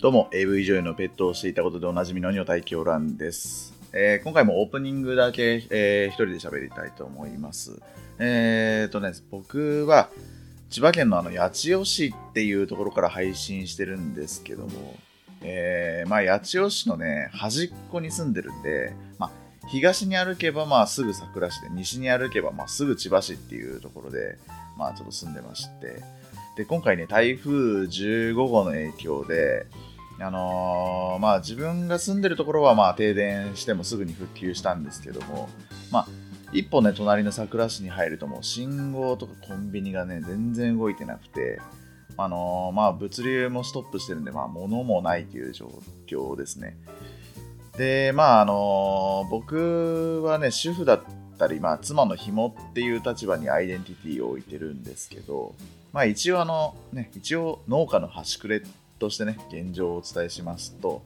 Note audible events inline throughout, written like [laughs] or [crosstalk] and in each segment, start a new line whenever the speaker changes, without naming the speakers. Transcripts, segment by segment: どうも AV 女優のペットをしていたことでおなじみの女体狂乱です、えー、今回もオープニングだけ、えー、一人で喋りたいと思いますえー、とね僕は千葉県のあの八千代市っていうところから配信してるんですけどもえー、まあ八千代市のね端っこに住んでるんでまあ東に歩けばまあすぐ桜市で西に歩けばまあすぐ千葉市っていうところでまあちょっと住んでましてで今回ね台風15号の影響であのー、まあ自分が住んでるところはまあ停電してもすぐに復旧したんですけどもまあ一本ね隣の桜市に入るともう信号とかコンビニがね全然動いてなくてあのー、まあ物流もストップしてるんでまあ物もないという状況ですねでまああのー、僕はね主婦だったり、まあ、妻の紐っていう立場にアイデンティティを置いてるんですけど、まあ、一応あの、ね、一応農家の端くれとしてね現状をお伝えしますと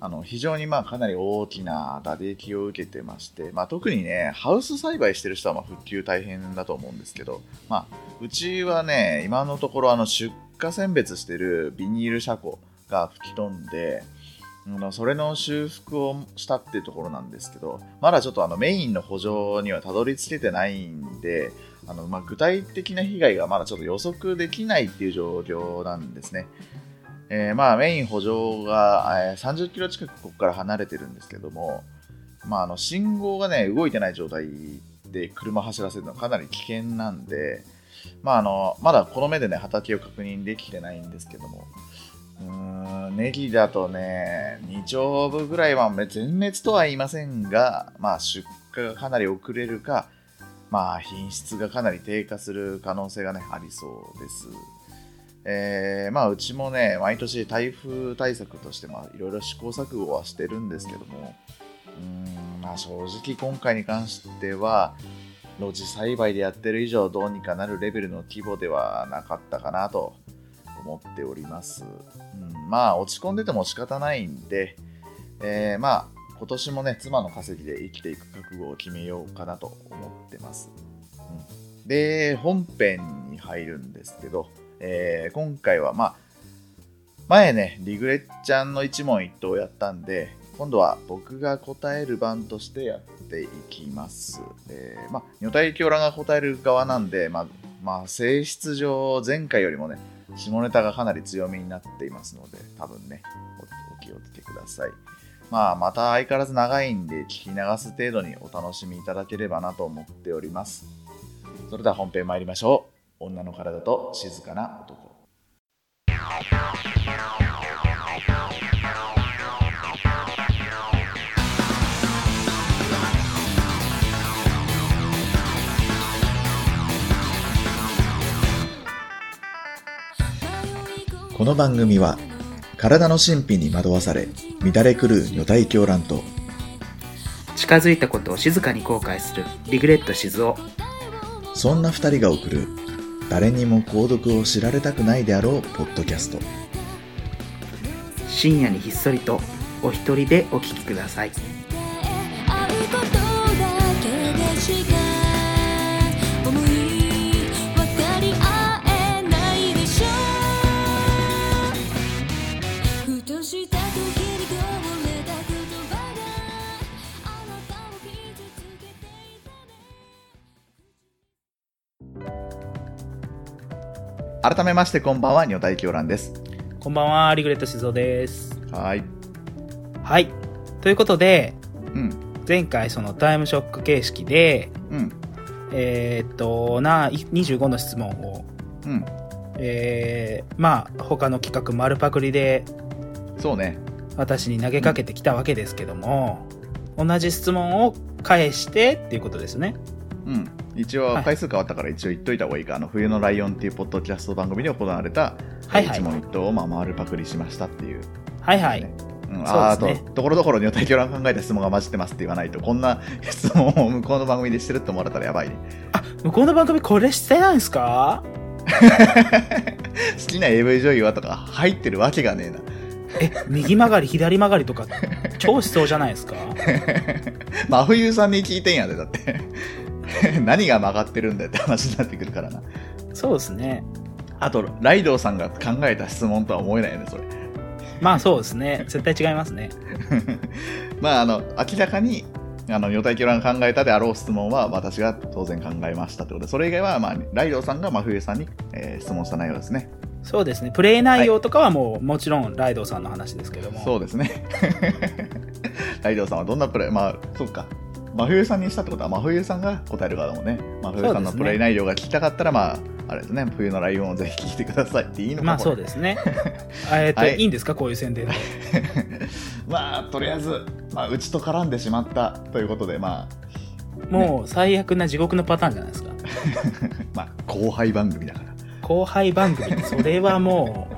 あの非常にまあかなり大きな打撃を受けてまして、まあ、特にねハウス栽培してる人はまあ復旧大変だと思うんですけど、まあ、うちはね今のところあの出荷選別してるビニール車庫が吹き飛んでそれの修復をしたっていうところなんですけど、まだちょっとあのメインの補助にはたどり着けてないんで、あのま具体的な被害がまだちょっと予測できないっていう状況なんですね。えー、まあメイン補助が30キロ近くここから離れてるんですけども、まあ、あの信号がね動いてない状態で車走らせるのはかなり危険なんで、まあ、あのまだこの目でね畑を確認できてないんですけども、うーんネギだとね、2丁分ぐらいは全滅とは言いませんが、まあ、出荷がかなり遅れるか、まあ、品質がかなり低下する可能性が、ね、ありそうです。えー、まあ、うちもね、毎年台風対策としていろいろ試行錯誤はしてるんですけども、うーんまあ、正直今回に関しては、露地栽培でやってる以上どうにかなるレベルの規模ではなかったかなと思っております。うん、まあ落ち込んでても仕方ないんで、えー、まあ今年もね妻の稼ぎで生きていく覚悟を決めようかなと思ってます。うん、で本編に入るんですけど、えー、今回はまあ前ねリグレッちゃんの一問一答やったんで今度は僕が答える番としてやっていきます。えー、まあ女体狂乱が答える側なんで、まあ、まあ性質上前回よりもね下ネタがかなり強めになっていますので、多分ね、お気をつけください。まあ、また相変わらず長いんで、聞き流す程度にお楽しみいただければなと思っております。それでは本編参りましょう。女の体と静かな男。
この番組は体の神秘に惑わされ乱れ狂う女体狂乱と
近づいたことを静かに後悔するリグレット静雄
そんな2人が送る誰にも購読を知られたくないであろうポッドキャスト
深夜にひっそりとお一人でお聴きください
改めましてこんばんは女体狂乱です
こんばんはリグレット静雄です
はい
はいということで、
うん、
前回そのタイムショック形式で、
うん、
えー、っとな25の質問を、
うん、
えー、まあ他の企画丸パクリで
そうね
私に投げかけてきたわけですけども、うん、同じ質問を返してっていうことですね
うん一応回数変わったから一応言っといた方がいいか、はい、あの冬のライオンっていうポッドキャスト番組で行われた、はいはい、一問一答をまあ丸パクリしましたっていう、ね、
はいはい、
うん、あと、ね、ところどころ女体狂乱考えた質問が混じってますって言わないとこんな質問を向こうの番組でしてるって思われたらやばいね
あ向こうの番組これしてないんですか
好きな AV 女優はとか入ってるわけがねえな
え右曲がり左曲がりとか超しそうじゃないですか
真冬さんに聞いてんやでだって [laughs] 何が曲がってるんだよって話になってくるからな
そうですね
あとライドウさんが考えた質問とは思えないよねそれ
まあそうですね。絶対違いますね。
まああの明らかにあの女体狂乱が考えたであろう質問は私が当然考えましたってことでそれ以外は、まあ、ライドウさんが真冬さんに、えー質問した内容ですね
そうですね。プレイ内容とかはもう、もちろんライドウさんの話ですけども。
そうですね [laughs] ライドウさんはどんなプレイまあそっか真冬さんにしたってことは真冬さんが答えるからもね真冬さんのプレイ内容が聞きたかったら、まああれですね冬のライオンをぜひ聞いてくださいっていいのか
まあ
これ
そうですね。えっと、
はい
い、いんですかこういう宣伝で。
まあとりあえず、まあ、うちと絡んでしまったということで、ま
もう最悪な地獄のパターンじゃないですか。
あ、まあ後輩番組だから
後輩番組ってそれはも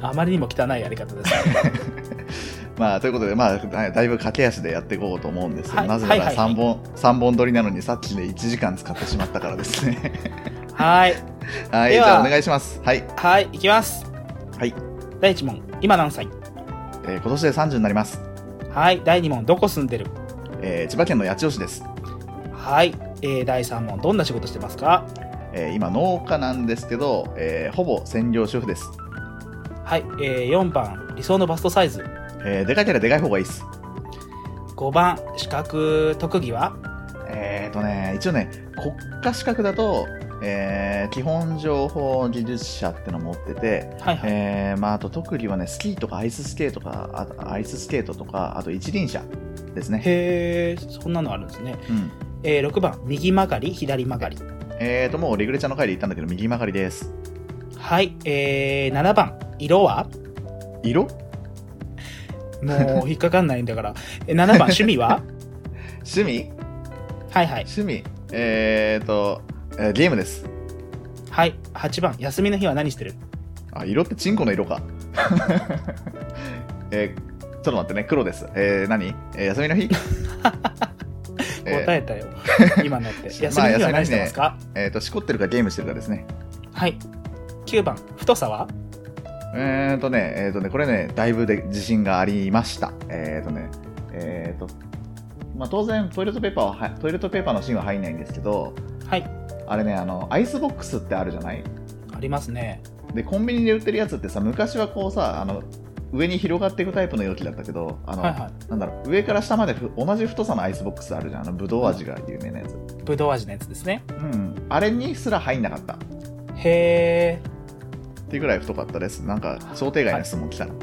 う、あまりにも汚いやり方です。
まあ、ということで、まあ、だだいぶ駆け足でやっていこうと思うんですが、
はい
なぜな
はい
ら
はいはい
3本、三本撮りなのにさっきで1時間使ってしまったからですね。
[laughs] はい。
はい、
で
じ
は
ゃあお願いします。はい。
はい、いきます。
はい。
第1問、今何歳
えー今年で30になります。
はい。第2問、どこ住んでる
えー千葉県の八千代市です。
はい。えー、第3問、どんな仕事してますか
えー今、農家なんですけど、えーほぼ専業主婦です。
はい。えー、4番、理想のバストサイズ。
えーでかければでかい方がいいです。
5番、資格特技は
えーとね、一応ね、国家資格だと、えー基本情報技術者ってのを持ってて、
はいはい。
えーまあ、あと特技はね、スキーとかアイススケートとか、あとアイススケートとか、あと一輪車ですね。
へえ、そんなのあるんですね。
うん。
えー、6番、右曲がり、左曲がり。
えーと、もうレグレちゃんの回で言ったんだけど、右曲がりです。
はい。えー、7番、色は
色
[laughs] もう引っかかんないんだから。えー7番、趣味 [laughs] は
趣味
はいはい。
趣味えーと、えーゲームです。
はい。8番、休みの日は何してる
あ、色ってチンコの色か。 [laughs] えーちょっと待ってね、黒です。えー、何えー休み
[laughs]
の日
答
え
え [laughs] たよ。今のって。休み
まあ
の日は何してますか、
ーえーと、しこってるかゲームしてるかですね。
はい。9番、太さは
えーとね、えーとね、これね、だいぶで自信がありました。えーとね、えーと、まあ、当然トイレットペーパーはは、トイレットペーパーの芯は入んないんですけど、
はい。
あれね、あの、アイスボックスってあるじゃない
ありますね。
で、コンビニで売ってるやつってさ、昔はこうさ、あの、上に広がっていくタイプの容器だったけど、あの、
はいは
なんだろう、上から下までふ同じ太さのアイスボックスあるじゃん。あの、ぶどう味が有名なやつ。
い。ぶどう味のやつですね。
うん。あれにすら入んなかった。っ
へえ。
ていうぐらい太かったです。なんか、想定外の質問来たな。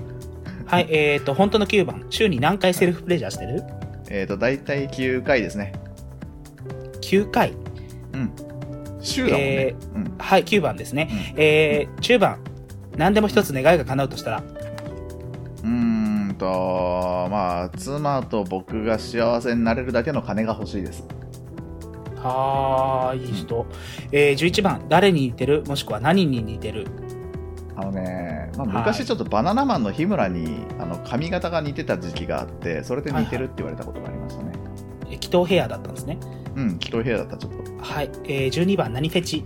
はい。えっ、ー、と、本当の9番、週に何回セルフプレジャーしてる
えーと、だいたい9回ですね。
?9 回。
うん。週だもんね。
え
うん。
はい、9番ですね。えー、10番、何でも一つ願いが叶うとしたら、
うーんと、まあ、妻と僕が幸せになれるだけの金が欲しいです。
はーいい人。えー、11番、誰に似てるもしくは何に似てる
あのね、まあ、
はい
昔ちょっとバナナマンの日村に、あの髪型が似てた時期があって、それで似てるって言われたことがありましたね。
えー、祈祷ヘアだったんですね。
うん、キトヘアだった、ちょっと。
はい。えー、12番、何フェチ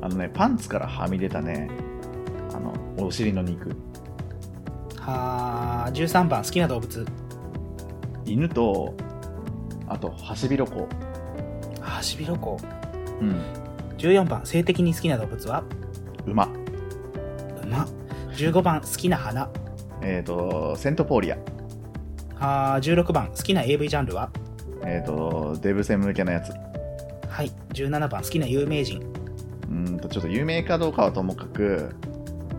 あのね、パンツからはみ出たね、あの、お尻の肉。
はー、13番、好きな動物。
犬と、あと、ハシビロコウ。
はー、しびろこ
うん、
14番、性的に好きな動物は
馬。
馬。15番、好きな花。
えっ、と、セントポーリア。
はー、16番、好きな AV ジャンルは
えっ、と、デブ戦向けのやつ。う
はい。17番、好きな有名人。
ーんと、ちょっと有名かどうかはともかく、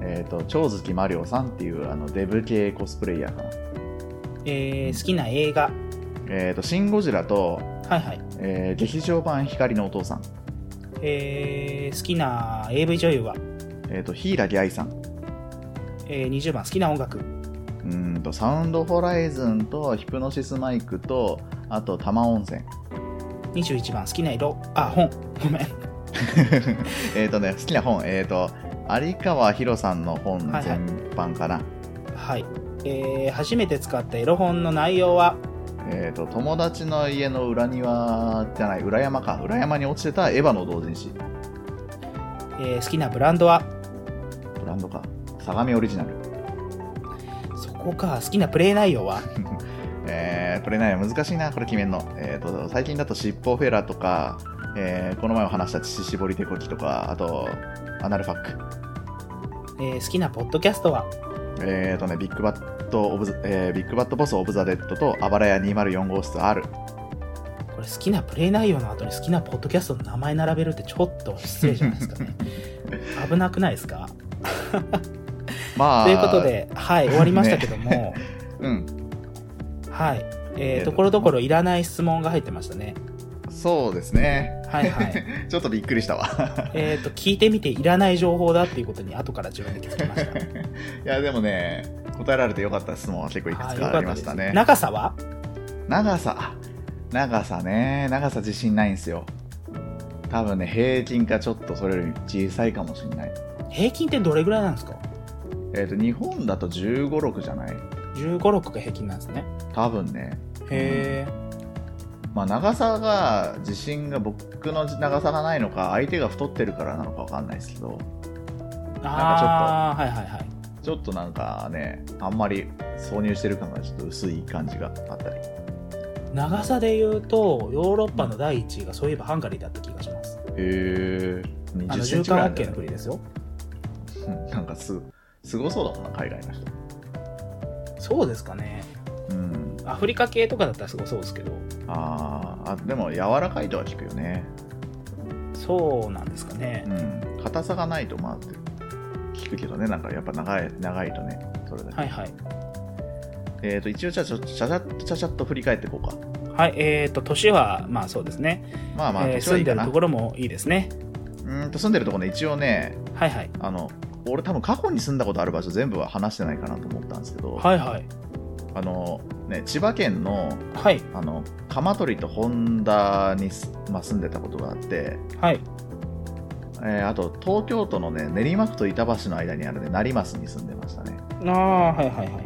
えっ、と、超月マリオさんっていう、あの、デブ系コスプレイヤーかな。
えー、好きな映画。
えっ、と、シン・ゴジラと、
はいはい。
えー劇場版光のお父さん、
えー、好きな AV 女優は
えー、と柊愛さんう
えー、20番好きな音楽
ーんとサウンドホライズンとヒプノシスマイクとあと多摩温泉 [laughs]
21番好きな色あ本ごめん
えっとね好きな本えっ、と有川博さんの本全
はいはい
般かな、
はい、えー、初めて使ったエロ本の内容は
えっ、と友達の家の裏庭じゃない裏山か裏山に落ちてたエヴァの同人誌
えー、好きなブランドは
ブランドか相模オリジナル
そこか好きなプレイ内容は
えー、これね難しいなこれ決めんの、えー、と最近だと「尻尾フェラ」とか、えーこの前お話した「乳搾り手こき」とかあと「アナルファック
えー、好きなポッドキャストは」
えっ、とね、ビッグバットオブザ、えービッグバットボスオブザ・デッドと、あばらや204号室 R。
これ好きなプレイ内容の後に好きなポッドキャストの名前並べるってちょっと失礼じゃないですかね危なくないですか
まあ、
ということ、ではい終わりましたけども、
うん、
はい
え
え
ー
ー、
と
ところどころいらない質問が入ってましたね
そうですね。
はいはい
ちょっとびっくりしたわ。 [laughs]
えっと聞いてみていらない情報だっていうことに後から自分で気づきました
いや、でもね、答えられてよかった質問は結構 [laughs] いくつ
よ
か
か
あ
っ
りま
で
し
す
たね。
長さは
長さ、あ長さね、長さ自信ないんですよ。多分ね、平均かちょっとそれより小さいかもしれない。
平均ってどれぐらいなんですか
えっ、と、日本だと15、6じゃない
1 5六6が平均なんですね
多分ね。
へえ、
まあ、長さが、自信が僕の長さがないのか、相手が太ってるからなのかわかんないですけど、
ああはいはいはい
ちょっとなんかね、あんまり挿入してる感がちょっと薄い感じがあったり。
長さで言うとヨーロッパの第1位がそういえばハンガリーだった気がします
へえ。
あ
20
の
セン
循
チぐらいあるん
環 OK
じゃな
の
い
国ですよ
うんなんかす、すごそうだもんな、海外の人。
そうですかね
うん。
アフリカ系とかだったらすごそうですけど
あーあ、でも柔らかいとは聞くよね。
そうなんですかね
うん。硬さがないと、まあ、って聞くけどね、なんかやっぱ長い、長いとね、それだけ。
はいはい
えっ、と、一応じゃあ、ちょっと、ちゃちゃっと、ちゃちゃっと振り返っていこうか。
はいえー、と年はまあそうですね、
まあまあ、
えー
年は
住
い
ん
いか
で
な。
ると
う
ころもいいですね
ーんと、住んでるとこね、一応ね、
はいはい
あの、俺多分過去に住んだことある場所全部は話してないかなと思ったんですけど、
はいはい
あの、ね、千葉県の、
はい
あの、鎌取と本田にす、まあ、住んでたことがあって、
はい
えーあと東京都のね練馬区と板橋の間にあるね成増に住んでましたね
ああはいはいはい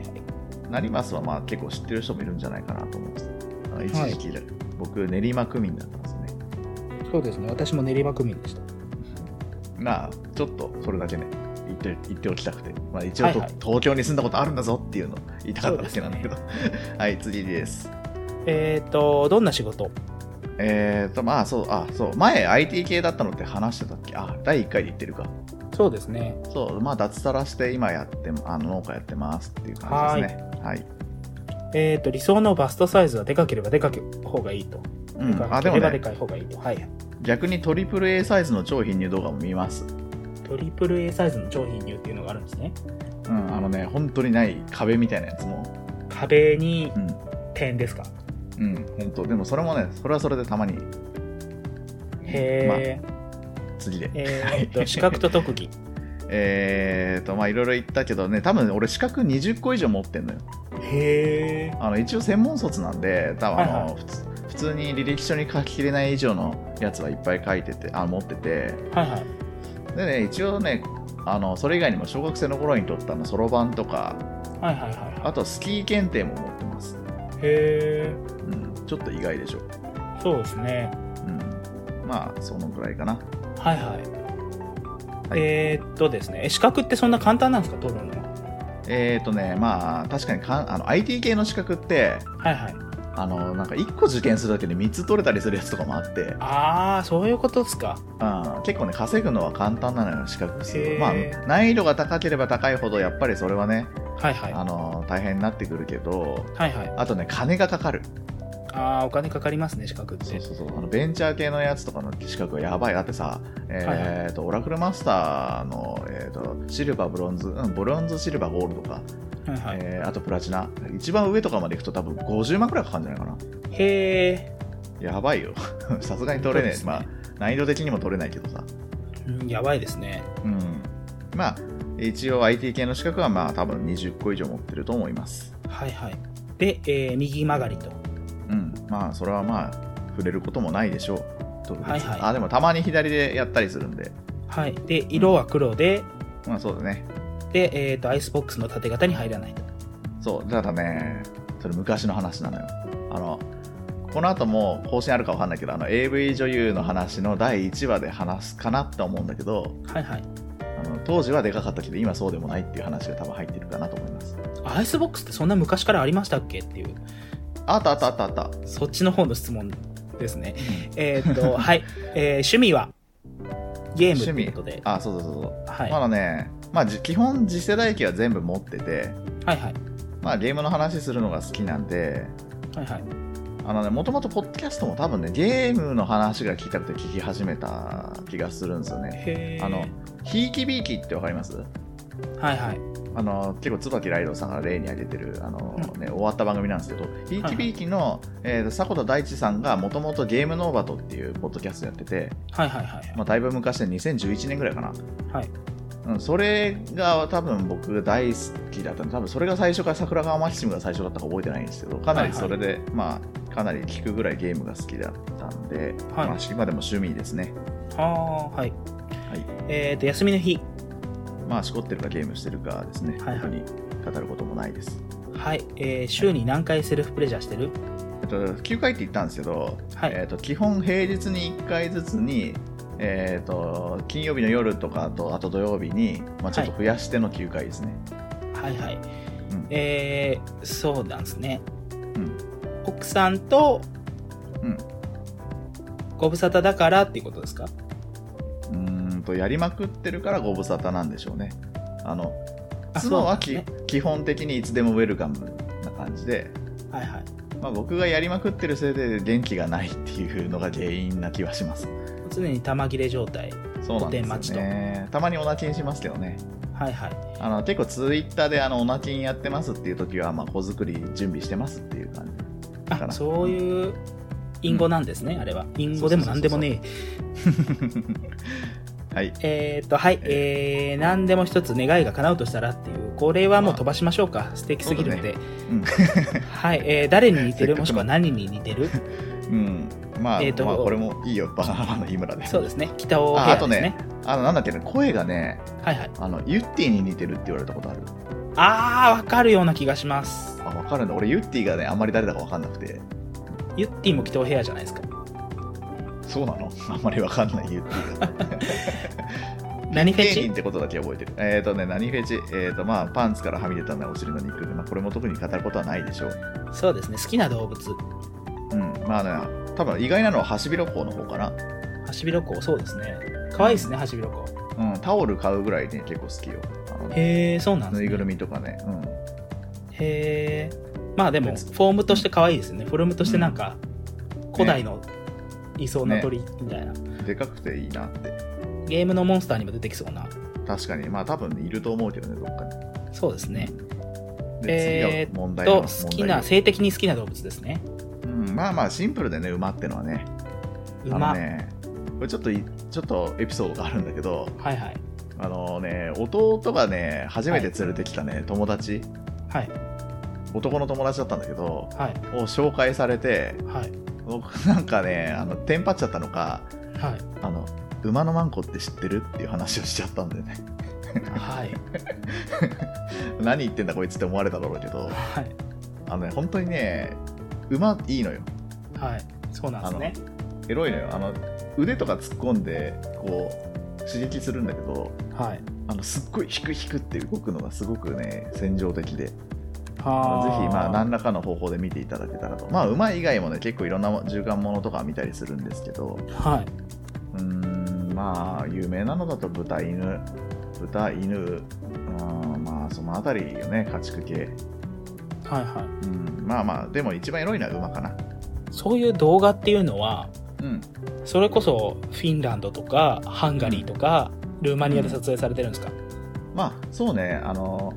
成増はまあ結構知ってる人もいるんじゃないかなと思うんですあの一時期、僕練馬区民だったんですね
そうですね私も練馬区民でした
まあちょっとそれだけね言って言っておきたくて、まあ、一応と、
はいはい
東京に住んだことあるんだぞっていうのを [laughs] 言いたかっただけなんだけど、 [laughs] はい次です
えっ、ー、とどんな仕事
えっ、ー、とまあそうあそう前 IT 系だったのって話してたっけあ第1回で言ってるか
そうですね
そうまあ脱サラして今やってあの農家やってますっていう感じですねはい
えっ、と理想のバストサイズはでかければでかけ方がいいと
うん
でか
あで
け
も
れば
ね
でかい方がいいと、はい
逆にトリプル a サイズの超貧乳動画も見ます。
トリプル A サイズの超貧乳っていうのがあるんですね
うん、あのね、本当にない壁みたいなやつも。
壁に
うん、
点ですか
うん、本当。でもそれもね、それはそれでたまに
へえ、
次で。
え
[laughs]
っと資格と特技
えーと、まあいろいろ言ったけどね、多分俺資格20個以上持ってんのよ。
へえ
あの、一応専門卒なんで、多分あの、
はいは
普通普通に履歴書に書ききれない以上のやつはいっぱい書いてて、あ、持ってて。
はいはい
でね、一応ね、あの、それ以外にも小学生の頃に取ったの、そろばんとか、
はいはいはいは
あとスキー検定も持ってます。
いへえ
うん、ちょっと意外でしょ。
そうですね
うん、まあそのくらいかな
はいはい
はい
えーっとですねえ資格ってそんな簡単なんですか取るのは
えっ、ー、とねまあ確かにかんあの IT 系の資格って
はいはい
あのなんか1個受験するだけで3つ取れたりするやつとかもあって、
ああそういうことですか
うん、結構ね稼ぐのは簡単なのよ資格す
へ
る
ー
まあ難易度が高ければ高いほどやっぱりそれはね
はいはい
あの大変になってくるけど
はいはい
あとね金がかかる
ああお金かかりますね資格って
そうそうそうあのベンチャー系のやつとかの資格はやばいだってさ、えーとオラクルマスターの、えー、とシルバーブロンズ、うん、ブロンズシルバーゴールドか
はいはい、
えーあとプラチナ一番上とかまで行くと多分50万くらいかかるんじゃないかな
へえ
やばいよ [laughs] さすがに取れねえ、まあ難易度的にも取れないけどさ
うんやばいですね
うんまあ一応 IT 系の資格はまあ多分20個以上持ってると思います
はいはいで、えー右曲がりと
うんまあそれはまあ触れることもないでしょう特別
はいはい
あでもたまに左でやったりするんで
はいで色は黒で、
まあそうだね
で、えーとアイスボックスの縦型に入らないと
そうただねそれ昔の話なのよあのこの後も更新あるかわかんないけどあの AV 女優の話の第1話で話すかなって思うんだけど
はいはい
あの当時はでかかったけど今そうでもないっていう話が多分入ってるかなと思います
アイスボックスってそんな昔からありましたっけっていう
あったあったあったあった
そっちの方の質問ですねえ
[laughs]
っ、とはい、えー趣味はゲームということで
あそうそうそうそう、
はい、
まだねまあ、じ基本次世代機は全部持ってて、
はいはい
まあ、ゲームの話するのが好きなんで、
はいはい
あのね、もともとポッドキャストも多分ね、ゲームの話が聞きたくて聞き始めた気がするんですよね。
へー
あの、ひいきびいきってわかります
はいはい
あの、結構椿ライドさんが例に挙げてる、あの
うん
ね、終わった番組なんですけど、ひいきびいきの、えーと迫田大地さんがもともとゲームノーバトっていうポッドキャストやってて、
はいはいはい
まあ、だいぶ昔で2011年ぐらいかな。
はい
うん、それが多分僕が大好きだったの多分それが最初か桜川マキシムが最初だったか覚えてないんですけどかなりそれで、まあかなり聞くぐらいゲームが好きだったんで、
はい
まあ、今でも趣味ですね
はあは
は
い、
い
えっ、と休みの日
まあしこってるかゲームしてるかですね、
はいはい
本当に語ることもないです
はい、えー週に何回セルフプレジャーしてる
えっと9回って言ったんですけど、
はい、
えっと基本平日に1回ずつにえっと金曜日の夜とかとあと土曜日に、まあ、ちょっと増やしての9回ですね、
はいはい
うん
えーそうなんですね
うん
国産と、
うん
ご無沙汰だからっていうことですか
うーんとやりまくってるからご無沙汰なんでしょうねあの
あ
妻は
そう
き、
なんで
基本的にいつでもウェルカムな感じで、
すねはいはい
まあ、僕がやりまくってるせいで元気がないっていうのが原因な気はします
常に玉切れ状態
そうなん
お手
で
待ち
す
と
よねたまにオナキンしますけどね
はいはい
あの結構ツイッターであのオナキンやってますっていう時はまあ子作り準備してますっていう感じだか
あ
ら
そういう隠語なんですね、あれは隠語でも何でもね
はい
ええーっとはいえー、何でも一つ願いが叶うとしたらっていうこれはもう飛ばしましょうか、素敵すぎるんで、 [laughs] はい、えー誰に似てるもしくは何に似てる
うん、うん、まあ、
えーと
まあこれもいいよバナナマンの日村で
そうで
[laughs]
すね北尾
あ
ヘ
あ
アで
と
す
ね
ね
あのなんだっけね声がね
はいはい
あのユッティに似てるって言われたことある
あーわかるような気がします
あ分かるんだ俺ユッティがねあんまり誰だか分かんなくて
ゆってぃも北尾ヘアじゃないですか
そうなの [laughs] あんまりわかんない言って
何フェ
芸人
チ
ってことだけ覚えてる。えっ、ー、とね、何フェチえっ、ー、と、まあ、パンツからはみ出たのはお尻の肉で、まあ、これも特に語ることはないでしょう。
そうですね好きな動物
うん。まあね、多分意外なのはハシビロコウの方かな。
ハシビロコウそうですね可愛いですねハシビロコウ
うん、タオル買うぐらいね、結構好きよ。あの
へえそうなんで
ぬ
すね
いぐるみとかね。うん。
へえまあでもフ
別
ォームとして可愛いですよねフォルムとしてなんか古代のいそうな鳥みたいな、
でかくていいなって。
ゲームのモンスターにも出てきそうな
確かに、まあ多分いると思うけどね、どっかに。
そうですね
で、
え
次は問題の問
と
題
好きな性的に好きな動物ですね
うん、まあまあシンプルでね、馬ってのはね。あ
馬、
のね、これちょっとい、ちょっとエピソードがあるんだけど、
はいはい
あのね、弟がね、初めて連れてきたね、友達、
はい
男の友達だったんだけど、
はい
を紹介されて、
はい
僕なんかね、あの、テンパっちゃったのか、
はい
あの、馬のマンコって知ってるっていう話をしちゃったんだよね。 [laughs]
はい
何言ってんだこいつって思われただろうけど、
はい
あのね、本当にね、馬いいのよ。
はいそうなんですね
エロいのよ。あの、腕とか突っ込んで、こう、刺激するんだけど、
はい
あの、すっごいヒクヒクって動くのがすごくね、戦場的で。
は
ぜひ、まあ、
な
何らかの方法で見ていただけたらと。まあ、馬以外もね、結構いろんな循環ものとか見たりするんですけど、
はいう
ーん、まあ、有名なのだと豚、犬、豚、犬、うーん、まあ、そのあたりよね、家畜系。
はいはい
うん、まあまあ、でも一番エロいのは馬かな。
そういう動画っていうのは
うん。
それこそフィンランドとかハンガリーとかルーマニアで撮影されてるんですか、
まあ、そうね、あの、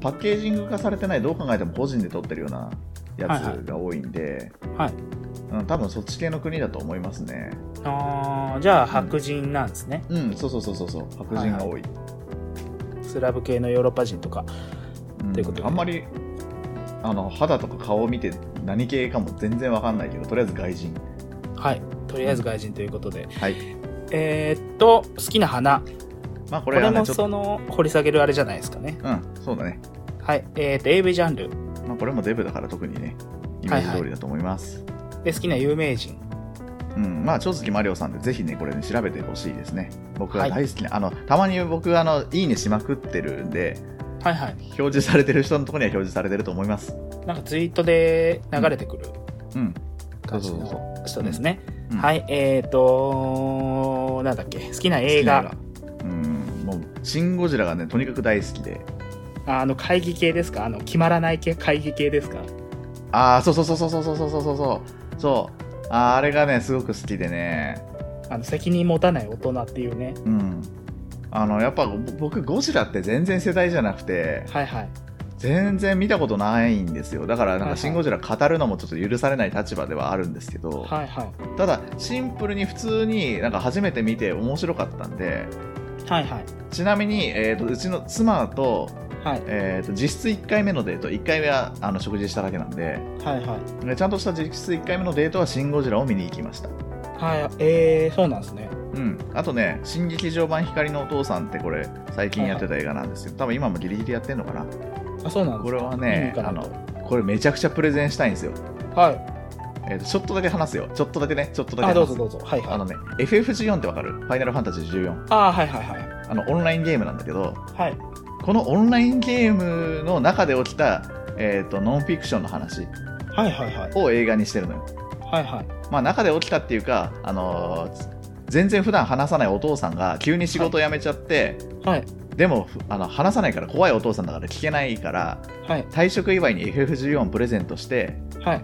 パッケージング化されてない、どう考えても個人で撮ってるようなやつが多いんで、
はい
うん、多分そっち系の国だと思いますね。
あーじゃあ白人なんですね、
うん、そうそうそうそうそう、白人が多い。
スラブ系のヨーロッパ人とか
ん
ということで
あんまりあの肌とか顔を見て何系かも全然わかんないけどとりあえず外人
はいとりあえず外人ということで
はい
えーっと好きな花
まあこ
こ
れ
れ
はね
も
ちょっと
その掘り下げるあれじゃないですかね
うんそうだね、
はいえーっと AV ジャンル
まあ、これもデブだから特にねイメージ通りだと思います、
で好きな有名人
うんまあ超月マリオさんってぜひねこれね調べてほしいですね僕
は
が
い
大好きな、あのたまに僕あのいいねしまくってるんで
はいはい
表示されてる人のところには表示されてると思います
なんかツイートで流れてくる
うんそ
感
う
じ
そうそう
の人ですね、
うん
はいえーっとなんだっけ好きな映画
うんもうシン・ゴジラがねとにかく大好きで
ああの会議系ですかあの決まらない系会議系ですか
ああそうそうそうそうそうそうそうそうそうそうあーあれがねすごく好きでね
あの責任持たない大人っていうね
うんあのやっぱぼ僕ゴジラって全然世代じゃなくて
はいはい
全然見たことないんですよだからなん
はい
か
は
「
い
シン・ゴジラ」語るのもちょっと許されない立場ではあるんですけど、
はいはい
ただシンプルに普通になんか初めて見て面白かったんで
はいはい
ちなみに、えー、とうちの妻と,、
はい
えー、と実質1回目のデート1回目はあの食事しただけなんで
はいはい
でちゃんとした実質1回目のデートは「シン・ゴジラ」を見に行きました
はいえー、そうなんですね
うん、あとね「新劇場版光のお父さん」ってこれ最近やってた映画なんですけど多分今もギリギリやってんのかな
あそうなんで
こ
す
れは
見に
ね
行か
あ
ない
の
と
これめちゃくちゃプレゼンしたいんですよ、
はい
えーとちょっとだけ話すよちょっとだけねちょっとだけ
あどう
話
ぞ
す
どうぞはいはい
あのね FF14 ってわかるファイナルファンタジー14
あーはいはいはい
あのオンラインゲームなんだけど
はい
このオンラインゲームの中で起きた、えー、とノンフィクションの話
はいはいはい
を映画にしてるのよ
はいはい
まあ、中で起きたっていうか、あのー全然普段話さないお父さんが急に仕事辞めちゃって、
はい
でもふあの話さないから怖いお父さんだから聞けないから
はい
退職祝いに FF14 プレゼントして
はい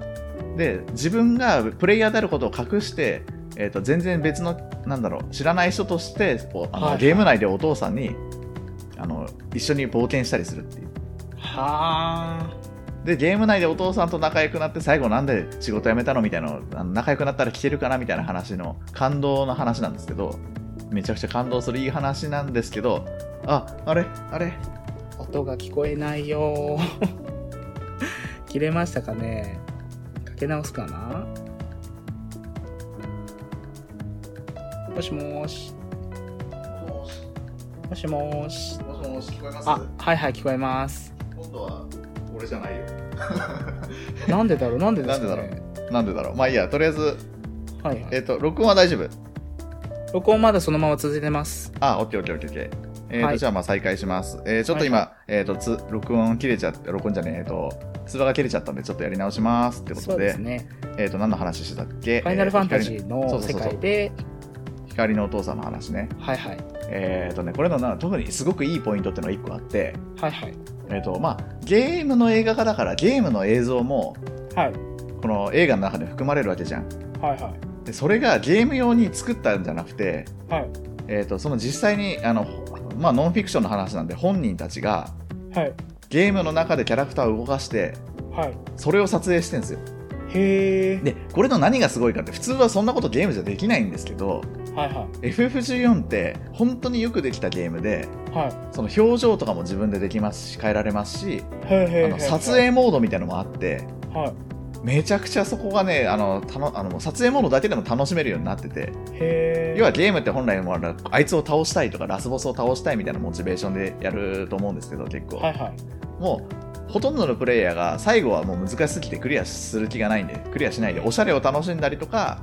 で自分がプレイヤーであることを隠して、えー、と全然別のなんだろう知らない人としておあの、
はい
ゲーム内でお父さんにあの一緒に冒険したりするっていう。
は
でゲーム内でお父さんと仲良くなって最後なんで仕事辞めたのみたいなのあの仲良くなったら聞けるかなみたいな話の感動の話なんですけどめちゃくちゃ感動するいい話なんですけどああれあれ
ー音が聞こえないよー切れましたかねかけ直すかなもしもーし
もし
もしもーし
もし聞こえます
あはいはい聞こえます
今度は俺じゃないよ
なんでだろうなんでです
な
か、ね、
んでなんでだろうまあいいやとりあえず
はいはい
えっ、と録音は大丈夫
録音まだそのまま続いてます
あオッケーオッケーオッケーオッケーえーと
はい
じゃあまあ再開します、えーちょっと今、えー、とつ録音切れちゃって録音じゃねええーと通話が切れちゃったんでちょっとやり直しますってこと
そうですね
えー、と何の話してたっけ
ファイナルファンタジ
え
ー
そ
の
うそう
世
そう
界で
ー光のお父さんの話ね
はいはい
えっ、とねこれのな特にすごくいいポイントってのが1個あって
はいはい
えっ、とまあゲームの映画化だからゲームの映像も
はい
この映画の中で含まれるわけじゃん
はいはい
でそれがゲーム用に作ったんじゃなくて、
はい
えー、とその実際にあのまあノンフィクションの話なんで本人たちが
はい
ゲームの中でキャラクターを動かして
はい
それを撮影してるんですよ
へえ
でこれの何がすごいかって普通はそんなことゲームじゃできないんですけど
はいは
FF14 って本当によくできたゲームで
いは
その表情とかも自分でできますし変えられますし
いへーへーへ
あ
ー
の撮影モードみたいのもあって
は
めちゃくちゃそこがねあのたのあの撮影モードだけでも楽しめるようになってて
いへえ
要はゲームって本来もああいつを倒したいとかラスボスを倒したいみたいなモチベーションでやると思うんですけど結構、
はいはい
もうほとんどのプレイヤーが最後はもう難しすぎてクリアする気がないんでクリアしないでおしゃれを楽しんだりとか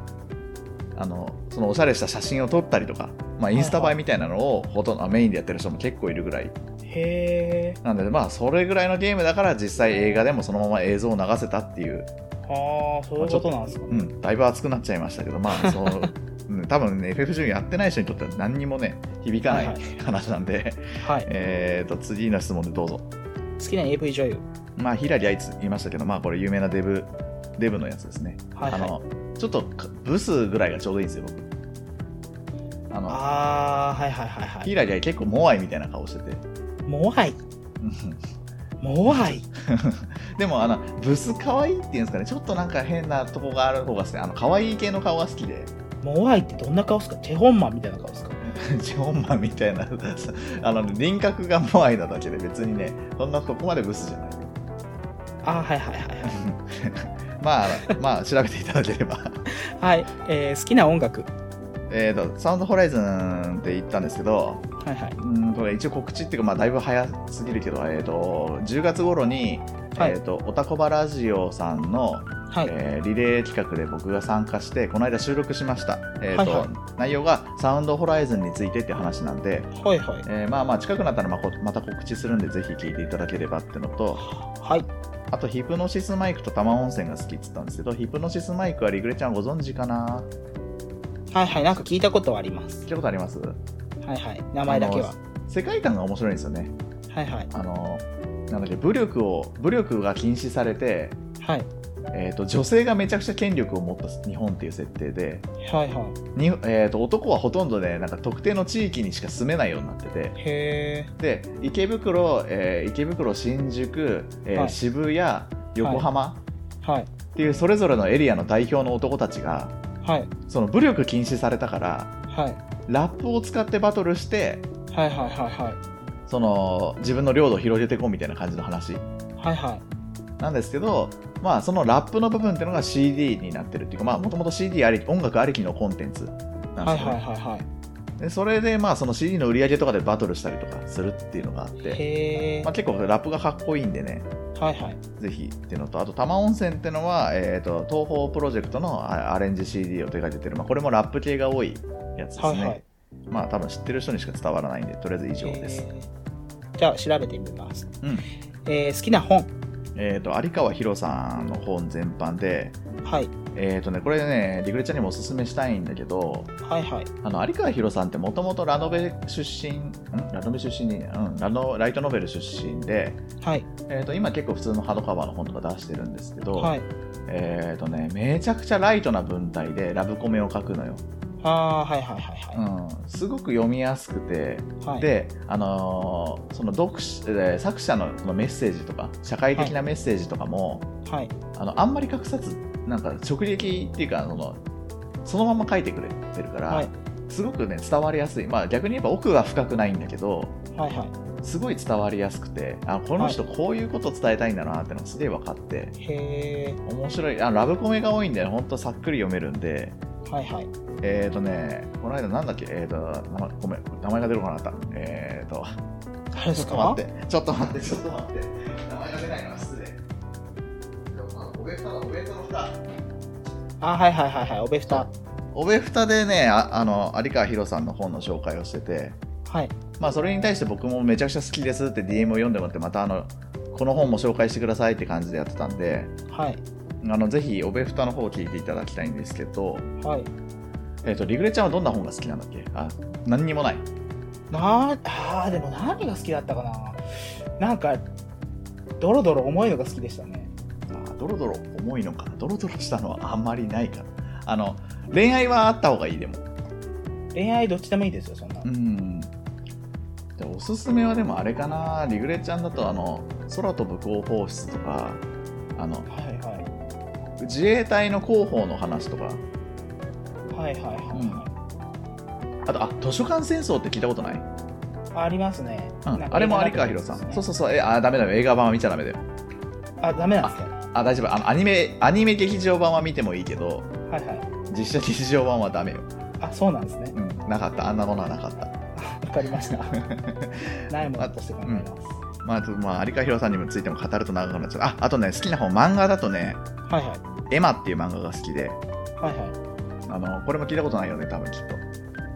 あのそのおしゃれした写真を撮ったりとか、まあ、インスタ映えみたいなのをほとんどメインでやってる人も結構いるぐらい
へえ
なんでまあそれぐらいのゲームだから実際映画でもそのまま映像を流せたっていう、
ああそういうことなんですか
う
ね
ん、だいぶ熱くなっちゃいましたけどまあそううん多分ね FF14 やってない人にとっては何にもね響かない
はいは
話なんで、
はい
えーと次の質問でどうぞ
好きな AV 女優
まあヒラリアイツ言いましたけどまあこれ有名なデブデブのやつですね、
はいはい
あのちょっとかブスぐらいがちょうどいいんですよ僕あの
ああはいはいはいは
ヒ
い
ラリアイ結構モアイみたいな顔してて [laughs]
モアイモアイ
でもあのブス可愛いっていうんですかねちょっとなんか変なとこがある方が好きあの可愛い系の顔が好きで [laughs]
モアイってどんな顔っすかチェホンマンみたいな顔っすか
ジョンマンみたいなあの輪郭がモアイなだけで別にねそんなここまでブスじゃない
ああはいはいはいはい
まあまあ調べていただければ [laughs]
はい、えー好きな音楽
えーとサウンドホライズンって言ったんですけど
はいはいう
ーんとね一応告知っていうか、まあ、だいぶ早すぎるけど、えー、と10月頃に、
はい
えー、とおたこばラジオさんの、
はい、
えーリレー企画で僕が参加してこの間収録しました、えーと
はいは
内容がサウンドホライズンについてって話なんで、
はいはい
えーまあまあ近くなったらまあこまた告知するんでぜひ聞いていただければってのと
はい
あとヒプノシスマイクと玉温泉が好きって言ったんですけどヒプノシスマイクはリグレちゃんご存知かな
はいはいなんか聞いたことはあります
聞いたことあります
はいはい名前だけは
あの世界観が面白いんですよね
はいはい
あのなんだっけ武力を武力が禁止されて、
はい
えー、と女性がめちゃくちゃ権力を持った日本っていう設定で
はいは
に、えー、と男はほとんどねなんか特定の地域にしか住めないようになってて
いへえ
で池袋、えー池袋新宿、えー
はい
渋谷横浜
はい
っていうそれぞれのエリアの代表の男たちが
はい
その武力禁止されたから
はい
ラップを使ってバトルして
はいはいはいはい
その自分の領土を広げていこうみたいな感じの話
はいはい
なんですけど、まあ、そのラップの部分っていうのが CD になってるっていうかもともと CD あり音楽ありきのコンテンツなんですよね、
はいはいはいは
でそれでまあその CD の売り上げとかでバトルしたりとかするっていうのがあっ
い
て、
へえ
まあ、結構ラップがかっこいいんでね
はいはい
ぜひっていうのとあと多摩温泉っていうのは、えー、と東宝プロジェクトのあアレンジ CD を手掛けてる、まあ、これもラップ系が多いやつですね、
はいはい
まあ多分知ってる人にしか伝わらないんでとりあえず以上です、
へーじゃあ調べてみます、
うん
えー好きな本
えー、と有川博さんの本全般で
はい
えー、とねこれねリグレちゃんにもおすすめしたいんだけど
はいはい
あの有川博さんってもともとラノベ出身んラノベ出身に、うん、ラノライトノベル出身で、
はい
えー、と今結構普通のハードカバーの本とか出してるんですけど、
はい
えーとね、めちゃくちゃライトな文体でラブコメを書くのよ、
あーはいはいはいは
うん、すごく読みやすくて、
いはい
で、あのーその読しえー作者のそのメッセージとか社会的なメッセージとかも、
はい
あのあんまり隠さずなんか直撃っていうかそのそのまま書いてくれてるから、
はい
すごくね伝わりやすい、まあ、逆に言えば奥が深くないんだけど
はいは
すごい伝わりやすくてあこの人こういうことを伝えたいんだなってのがすげえ分かって
いへ
面白いあラブコメが多いんでほんとさっくり読めるんで
ーはいはい
えっ、ー、とねこの間なんだっけえっ、ー、と名前ごめん名前が出るかなかったえっ、ー、と
あれです
ちょ
か
っと待ってちょっと待ってちょっと待って名前が出ないのは失礼でもまあおべふただおべふたの蓋
あはいはいはいはいおべふた
おべふたでねああの有川博さんの本の紹介をしてて
はい
まあそれに対して僕もめちゃくちゃ好きですって DM を読んでもらってまたあのこの本も紹介してくださいって感じでやってたんで
はい
あのぜひおべふたの方を聞いていただきたいんですけど、
はい
えっとリグレちゃんはどんな本が好きなんだっけあ何にもない
なーあーでも何が好きだったかななんかドロドロ重いのが好きでしたね
あードロドロ重いのかなドロドロしたのはあんまりないかなあの恋愛はあった方がいいでも
恋愛どっちでもいいですよそんなの
うんでおすすめはでもあれかなリグレちゃんだとあの空飛ぶ広報室とかあの
はいは
自衛隊の広報の話とか
いはいはいはいは
あとあ図書館戦争って聞いたことない、
いありますね
うん
なんか
あれも有川博さん、そうそうそうえあダメだよ映画版は見ちゃダメだよ
あダメなんですね
あ大丈夫あのアニメアニメ劇場版は見てもいいけど
はいはい
実写劇場版はダメよ、
あそうなんですね
うん、なかったあんなものはなかった
わかり
[laughs]
ましたないものとして考えます、
まあ、ちょっとまあ有川博さんにもついても語ると長くなっちゃうああとね好きな本漫画だとね
はいはい
「エマ」っていう漫画が好きで
はいは
あのこれも聞いたことないよね多分きっと、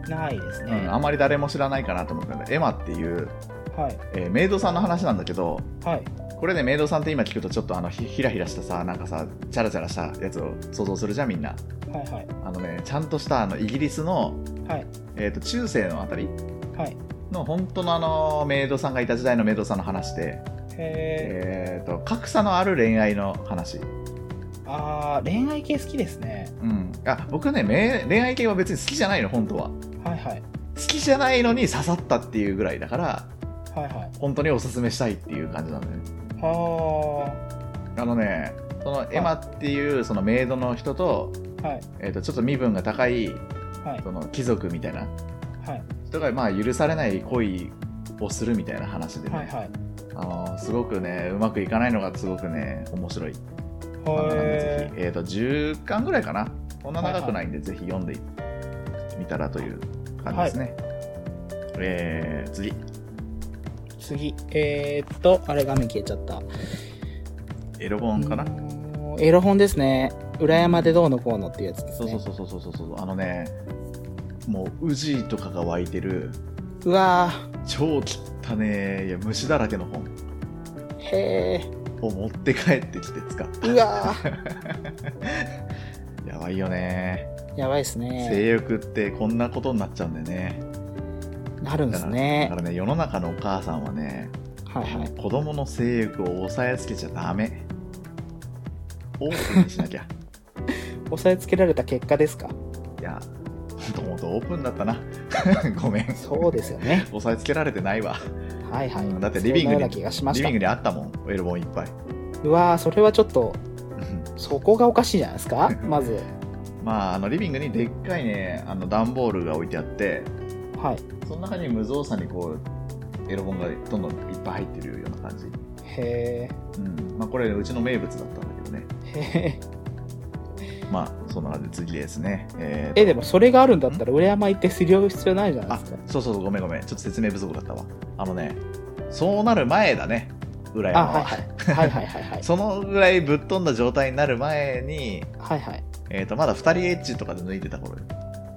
いないです
う
ね、
ん、あんまり誰も知らないかなと思ったんでエマっていう、
はい
えーメイドさんの話なんだけど
はい
これねメイドさんって今聞くとちょっとあのひひらひらしたさなんかさチャラチャラしたやつを想像するじゃんみんな
はいはい
あのねちゃんとしたあのイギリスの、
はい
えー、と中世のあたり
はい
の本当のあのメイドさんがいた時代のメイドさんの話で、
へえ
えー、と格差のある恋愛の話、
あー恋愛系好きですね
うん、あ僕ねめ恋愛系は別に好きじゃないの本当は
はいはい
好きじゃないのに刺さったっていうぐらいだから
はいはい
本当におすすめしたいっていう感じなんだよね
は
あのねそのエマっていうそのメイドの人と,、
あはい
えー、とちょっと身分が高い
はい
その貴族みたいな
はい
人がまあ許されない恋をするみたいな話でね、
はいはい
あのすごくねうまくいかないのがすごくね面白い漫画なんでぜ
へ
ひ、えー、と10巻ぐらいかなこんな長くないんで、ぜひ読んでみたらという感じですね、えー、次
ー次えー、っとあれ画面消えちゃった
エロ本かな、
うーんエロ本ですね裏山でどうのこうのっていうやつです
そう
ね
そうそうそうそうそうそうあのねもう宇治とかが湧いてる
うわ
超汚ねえいや虫だらけの本
ーへえ
を持って帰ってきて使った
うわ
[laughs]
ー
やばいよね
やばいですね
性欲ってこんなことになっちゃうんだよね
なるんです
だ
ね
か。らね、世の中のお母さんはね、
はいはい。
子供の性欲を抑えつけちゃダメ。オープンにしなきゃ。
押さえつけられた結果ですか。
いや、もともとオープンだったな。 [laughs] ごめん。
そうです
[laughs]
よね。
押さえつけられてないわ。
はいは
うん
い。
だってリビングに
そんなような気がしま
リ
し
ビ
た
ング。にあったもん、ウェルボンいっぱい。
うわー、それはちょっと、
うん
そこがおかしいじゃないです
[laughs]
か。まず。
まあ、あのリビングにでっかいね、あの段ボールが置いてあって、
はい。
その中に無造作にこう、エロ本がどんどんいっぱい入ってるような感じ。
へ
うん。まあ、これ、うちの名物だったんだけどね。
え。へ
まあ、そんな感じで次ですね。えー
え。え、でもそれがあるんだったら、裏山行ってする必要ないじゃない
あ
ですか。
そうそうそうごめんごめんちょっと説明不足だったわあのねそうなる前だね裏
あ、
山は
はいはい。はいはいはいは
[laughs]
い。
そのぐらいぶっ飛んだ状態になる前に、
はいはい。
えー、とまだ2人エッチとかで抜いてた頃よ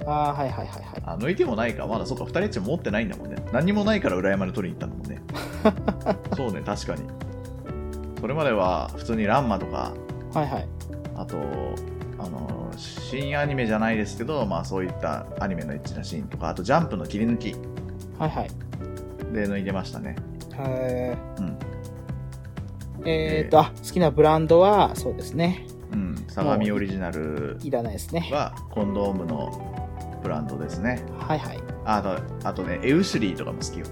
あー、はいはいはいはい。
あ抜いてもないかまだそっか2人エッチ持ってないんだもんね何にもないから裏山に取りに行ったんだもん
[laughs]
ねそうね確かにそれまでは普通にランマとか
はいはい。
あとあの新アニメじゃないですけど、まあ、そういったアニメのエッチなシーンとかあとジャンプの切り抜き
はいはい。
で抜いてましたね
へー
うん
えーと、あ、好きなブランドは、そうですね。
うん相模オリジナル
いらないですね。
はコンドームのブランドですね。
はいはい。
あとあとね、エウシュリーとかも好きよ。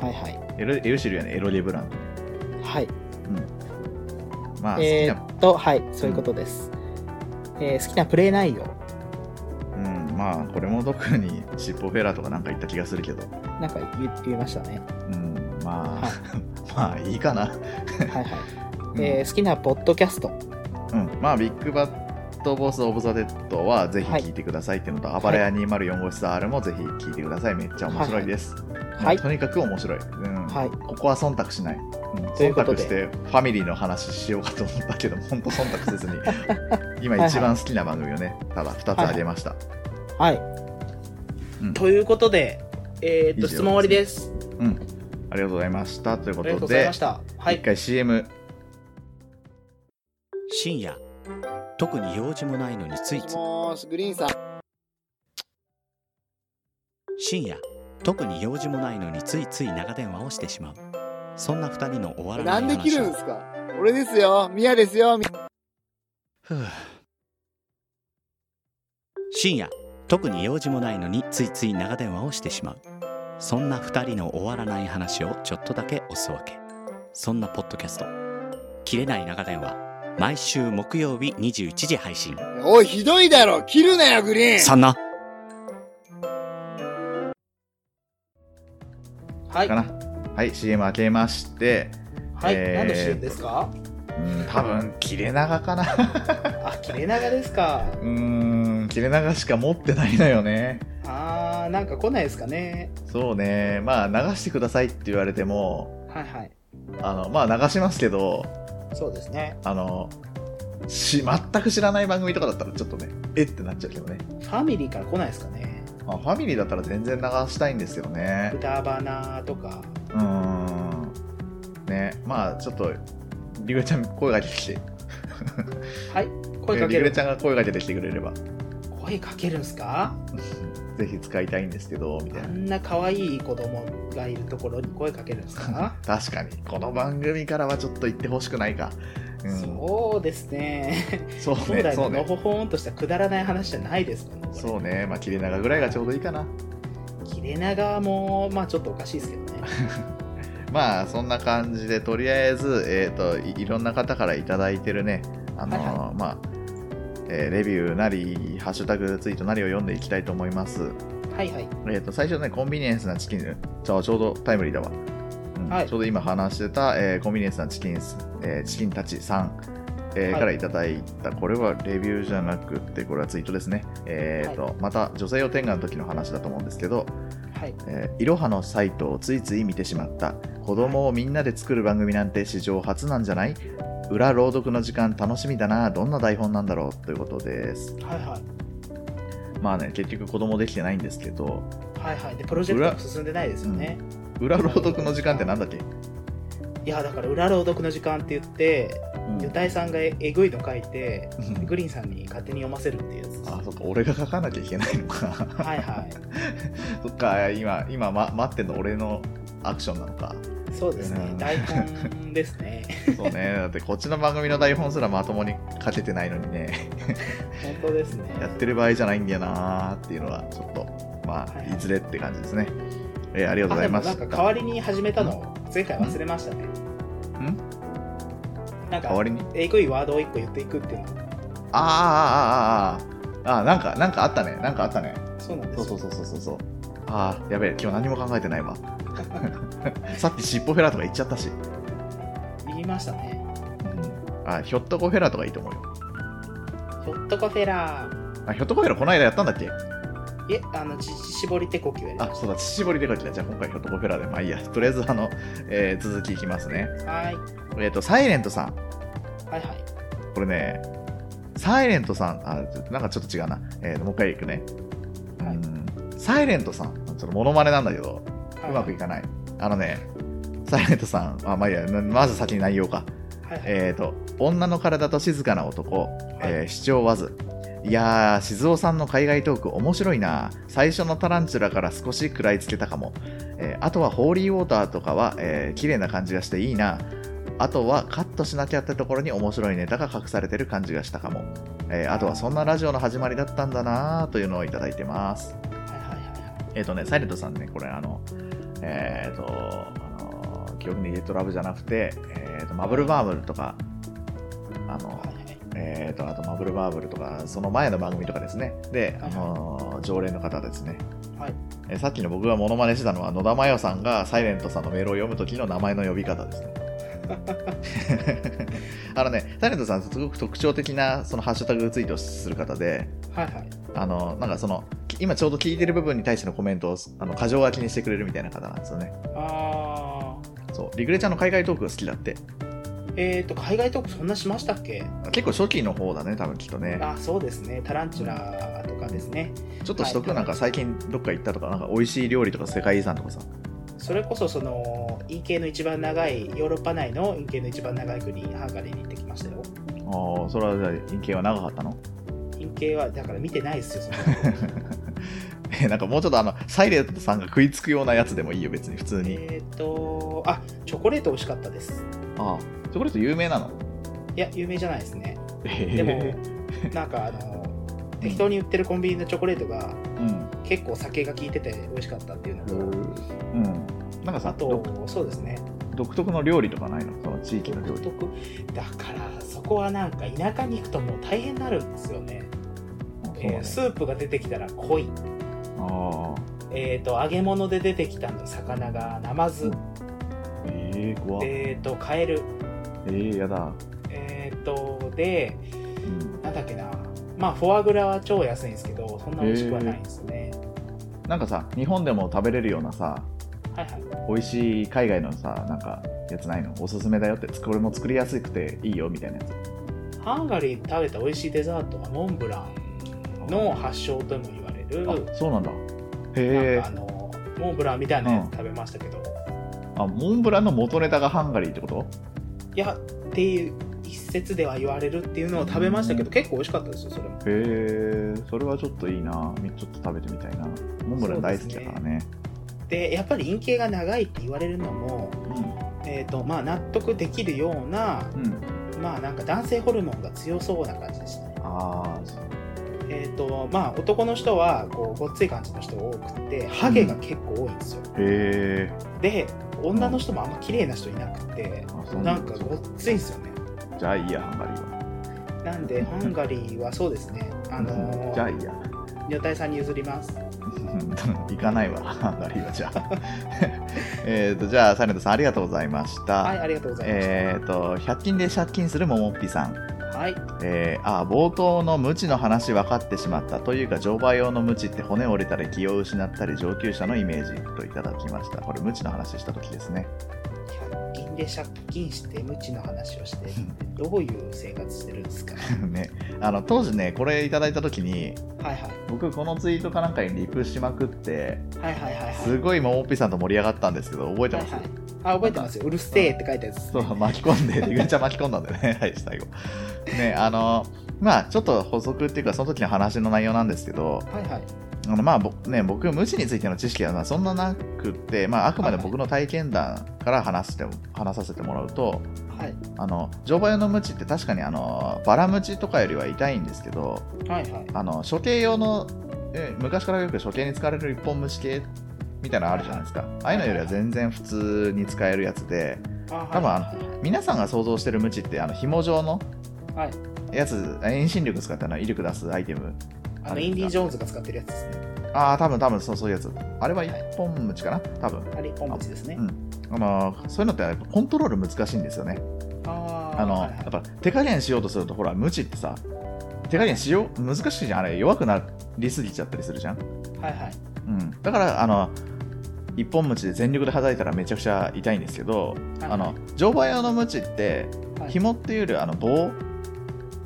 はいはい。
エロエウシュリーはね、エロリブランド。
はい。
まあ、好き
え
な、
ーっと、はい、そういうことです。えー好きなプレイ内容。
うん、まあ、これも特に尻尾フェラとかなんか言った気がするけど、
なんか言言いました
[laughs]
ね。
うん、まあ、
は
[laughs] まあいいかな。
はいはい。
うん
えー好きなポッドキャスト。
うん、まあ、ビッグバットボスオブザ・デッドはぜひ聞いてくださいっていうのと、
い
暴れ屋204号室 R もぜひ聞いてください。めっちゃ面白いです。
はい
もう。とにかく面白い。うん
はい。
ここは忖度しない。うん、
とい
忖
うこと
度
で
してファミリーの話しようかと思ったけど、 [laughs] 本当忖度せずに、今一番好きな番組をね、ただ2つあげました。
はい。
うん
ということで、えーっ
以上
と、質問終わりです。
うん。ありがとうございました。という
あ
こ
りがとう
と
ござい
で
まし、た。は
一
い。
回 CM。
深夜特に用事もないのについつい
もし、グリーンさん。
深夜特に用事もないのについつい長電話をしてしまうそんな二人の終わらない話を
すか俺ですよ。ミヤですよ。
ふう深夜特に用事もないのについつい長電話をしてしまうそんな二人の終わらない話をちょっとだけおすわけそんなポッドキャスト「切れない長電話」毎週木曜日21時配信
おい、ひどいだろ切るなよ、グリーン
そんな
はい。
か
は
な。はい、CM 開けまして、
い。
えー
何の CM ですか
うん、多分切れ長かな。 [laughs]
あ、切れ長ですか。
うーん、切れ長しか持ってないのよね。
あー、なんか来ないですかね。
そうね。まあ、流してくださいって言われても、
はいはい。
あの、まあ、流しますけど、
そうですね。
あの、し、全く知らない番組とかだったらちょっとね、えってなっちゃうけどね。
ファミリーから来ないですかね。
まあ、ファミリーだったら全然流したいんですよね。
豚バナとか。
うーん。ね、まあちょっと、リグレちゃん声かけてきて。
はい。声か
リ
け
グレ
る
ち。ゃんが声かけてきてくれれば、
声かけるんすか
ぜひ使いたいんですけど、みたい
あ
な。
んな可愛い子供がいるところに声かけるんですか
確かに、この番組からはちょっと言ってほしくないか。うん、
そうですね。
そう [laughs]
本
ね、
来
そう
のの
ね。
ほほんとしたくだらない話じゃないですからね。これ
そうね、まあ切れ長ぐらいがちょうどいいかな。
切れ長も、まあちょっとおかしいですけどね。
まあそんな感じでとりあえず、えー、といいろんな方からいただいてるねあのー、
はい
まあ、えーレビューなりハッシュタグツイートなりを読んでいきたいと思います、
はいはい。
えー、と最初ねコンビニエンスなチキンちょちょうどタイムリーだわ、うん
はい
ちょうど今話してた、えーコンビニエンスなチキン、えーチキンたちさん、えー
はい
からいただいたこれはレビューじゃなくてこれはツイートですね、えーと
は
また女性用天下の時の話だと思うんですけど、
はい。
えーいろはのサイトをついつい見てしまった子供をみんなで作る番組なんて史上初なんじゃない裏朗読の時間楽しみだなどんな台本なんだろうということです
はいはい。
まあね結局子供できてないんですけど
はいはい。で、プロジェクトも進んでないですよね。
裏朗読の時間ってなんだっけ
いや、だから裏朗読の時間って言って、
うん
ユタイさんがえぐいの書いて、
うん
グリーンさんに勝手に読ませるっていうやつです
[laughs] あ、そっか、俺が書かなきゃいけないのか。 [laughs]
はいは
そっか、今、今、ま、待ってんの俺のアクションなのか。
いそうですね
うん
台本ですね
そうね、だってこっちの番組の台本すらまともに書けてないのにね、
本当ですね
[laughs] やってる場合じゃないんだよなーっていうのは、ちょっと、まあ、いずれって感じですね。えーありがとうございます。
あでもなんか代わりに始めたの前回忘れました
ん
ねなん
代わ
か
りに
えぐいワードを一個言っていくっていうの
あーあーあーあーあーあーなんか、なんかあったね、なんかあったね。
そうなんです
そ
よ
うそうそうそうそうそう。ああ、やべえ、今日何も考えて
[laughs]
ないわ。さっき尻尾フェラとか言っちゃったし。
言いましたね
うん、あ、ひょっとこフェラとかいいと思うよ。
ひょっとこフェラー
あ、ひょっとこフェラこの間やったんだっけ
いえあの乳搾り手呼吸やりま
あ、そうだ、乳絞りでかきだ。じゃあ今回ひょっとこフェラで、まあいいや。とりあえず、あの、えー続きいきますね。
すはい
えっ、と、サイレントさん。
はいはい
これね、サイレントさん、あ、ちょっとなんかちょっと違うな。えーともう一回いくね。う
はい
ん、サイレントさん。ちょっとモノマネなんだけど、うまくいかない。あのね、サイレントさん、あ、まあいいや、なまず先に内容か。
はいはい
えー、と女の体と静かな男、えー、主張わずいやー静雄さんの海外トーク面白いな最初のタランチュラから少し食らいつけたかも、えーあとはホーリーウォーターとかは、えー、綺麗な感じがしていいなあとはカットしなきゃってところに面白いネタが隠されてる感じがしたかも、えーあとはそんなラジオの始まりだったんだなというのをいただいてます
はいはいはいはい
えっ、とね、サイレントさんね、これあの、えっ、と、あのー、記憶にゲットラブじゃなくて、えっ、と、マブルバーブルとか、あの、えっ、と、あとマブルバーブルとか、その前の番組とかですね。で、あのー常連の方ですね。
はい
えーさっきの僕がモノマネしてたのは、野田真代さんがサイレントさんのメールを読む時の名前の呼び方
[laughs]
ですね。あのね、サイレントさん、すごく特徴的な、そのハッシュタグツイートをする方で、
はいはい
あの、なんかその、き今ちょうど聞いてる部分に対してのコメントを、あの、過剰書きにしてくれるみたいな方なんですよね。
あ
そう。リグレちゃんの海外トークが好きだって。
ーえっ、と海外トークそんなしましたっけ
結構初期の方だね、多分きっとね。
あそうですねタランチュラとかですね
ちょっとしとく、
はい
なんか最近どっか行ったとか、なんか美味しい料理とか世界遺産とかさ。
それこそその E 系の一番長いヨーロッパ内の E 系の一番長い国ハンガリーに行ってきましたよ
ああ、それはじゃあ、陰茎は長かったの [laughs]
E 系はだから見てないですよその
え、なんかもうちょっとあの、サイレントさんが食いつくようなやつでもいいよ、別に、普通に。
えっとあチョコレート美味しかったです
ああ、チョコレート有名なの
いや有名じゃないですね
で
でも、なんかあの適当に売ってるコンビニのチョコレートが
うん。
結構酒が効いてて美味しかったっていうのと
うん。なんか
あ
さ、
と
独
そうですね
独特の料理とかないのその地域の料
独
理。
特だからそこはなんか田舎に行くともう大変になるんですよねえー
あ
スープが出てきたら濃い、
あー。
えー、と揚げ物で出てきたの魚がナマズ、
ええー、怖っ
えー、とカエル、
えー、やだ。
えー、とで
うん、
なんだっけなまあフォアグラは超安いんですけどそんな美味しくはないんですよね、
なんかさ、日本でも食べれるようなさ、
はいはい
美味しい海外のさ、なんかやつないのおすすめだよって、これも作りやすくていいよみたいなやつ。
ハンガリーで食べた美味しいデザートはモンブランの発祥とも言われる、
あ、そうなんだ。
なん
へ
かあ
え。
のモンブランみたいなやつ食べましたけど、
あ、モンブランの元ネタがハンガリーってこと
いやっていう一説では言われるっていうのを食べましたけど、結構美味しかったですよそれも
へえ、それはちょっといいな。みちょっと食べてみたいな。モンブラン大好きだからね。
でやっぱり陰茎が長いって言われるのも、えーとまあ、納得できるような,、
うん。うん。
まあ、なんか男性ホルモンが強そうな感じでしたね、
ああ、
えーとまあ、男の人はこうごっつい感じの人が多くてハゲが結構多いんですよ、
へえ。
で女の人もあんま綺麗な人いなくて
あ、そう
な
なんんだ
か。ごっついんですよね
じゃあいいや、ハンガリーは。
なんでハンガリーはそうですねあの
じゃあ
ー
いいや。
女体さんに譲ります
行かないわ、ハンガリーはじゃあ。 [laughs] えっと、じゃあ、サイレントさん、ありがとうございました。
はいありがとうございました、
えっと、100均で借金するももっぴさん。
はい
えーあー冒頭の無知の話分かってしまったというか乗馬用の無知って骨折れたり気を失ったり上級者のイメージといただきましたこれ無知の話した時ですね [laughs]
100均で借金して無知の話をしてどういう生活してるん
[laughs]
ですか
ねあの当時ねこれいただいた時に
はいはい
僕このツイートかなんかにリプしまくって
はいはいはいはい。
すごいももっぴさんと盛り上がったんですけど覚えてます、
はいあ、覚えてますよ。うるせえって書いたやつです
そ
ね。
う、巻き込んで、めぐみちゃん巻き込んだんだよね。はい、最後。ね、あの、まあ、ちょっと補足っていうか、その時の話の内容なんですけど、
はいはい。
あのまあぼね、僕、無知についての知識はまあそんななくって、まあ、あくまで僕の体験談から話して話させてもらうと、
はい。
あの乗馬用のムチって確かにあのバラムチとかよりは痛いんですけど、
はいはい。
あの処刑用のえ昔からよく処刑に使われる一本虫系みたいなのあるじゃないですか、ああいうのよりは全然普通に使えるやつで、
あはい
多分あ皆さんが想像してるムチってあの紐状の
はい
やつ、遠心力使ってあの威力出すアイテム
あの、インディ・ジョーンズが使ってるやつですね。
ああ多分多分そうそういうやつあれは一本ムチかな多分
あれ、ポンチですね
う。んあのーそういうのってやっぱコントロール難しいんですよね。
あー
あの
はいはい
やっぱ手加減しようとするとほら無知ってさ手加減しよう難しいじゃんあれ弱くなりすぎちゃったりするじゃん。
はいはい。
うん、だからあの一本ムチで全力で叩いたらめちゃくちゃ痛いんですけど、
はい
あの乗馬用のムチって、
はい
紐っていうよりあの棒、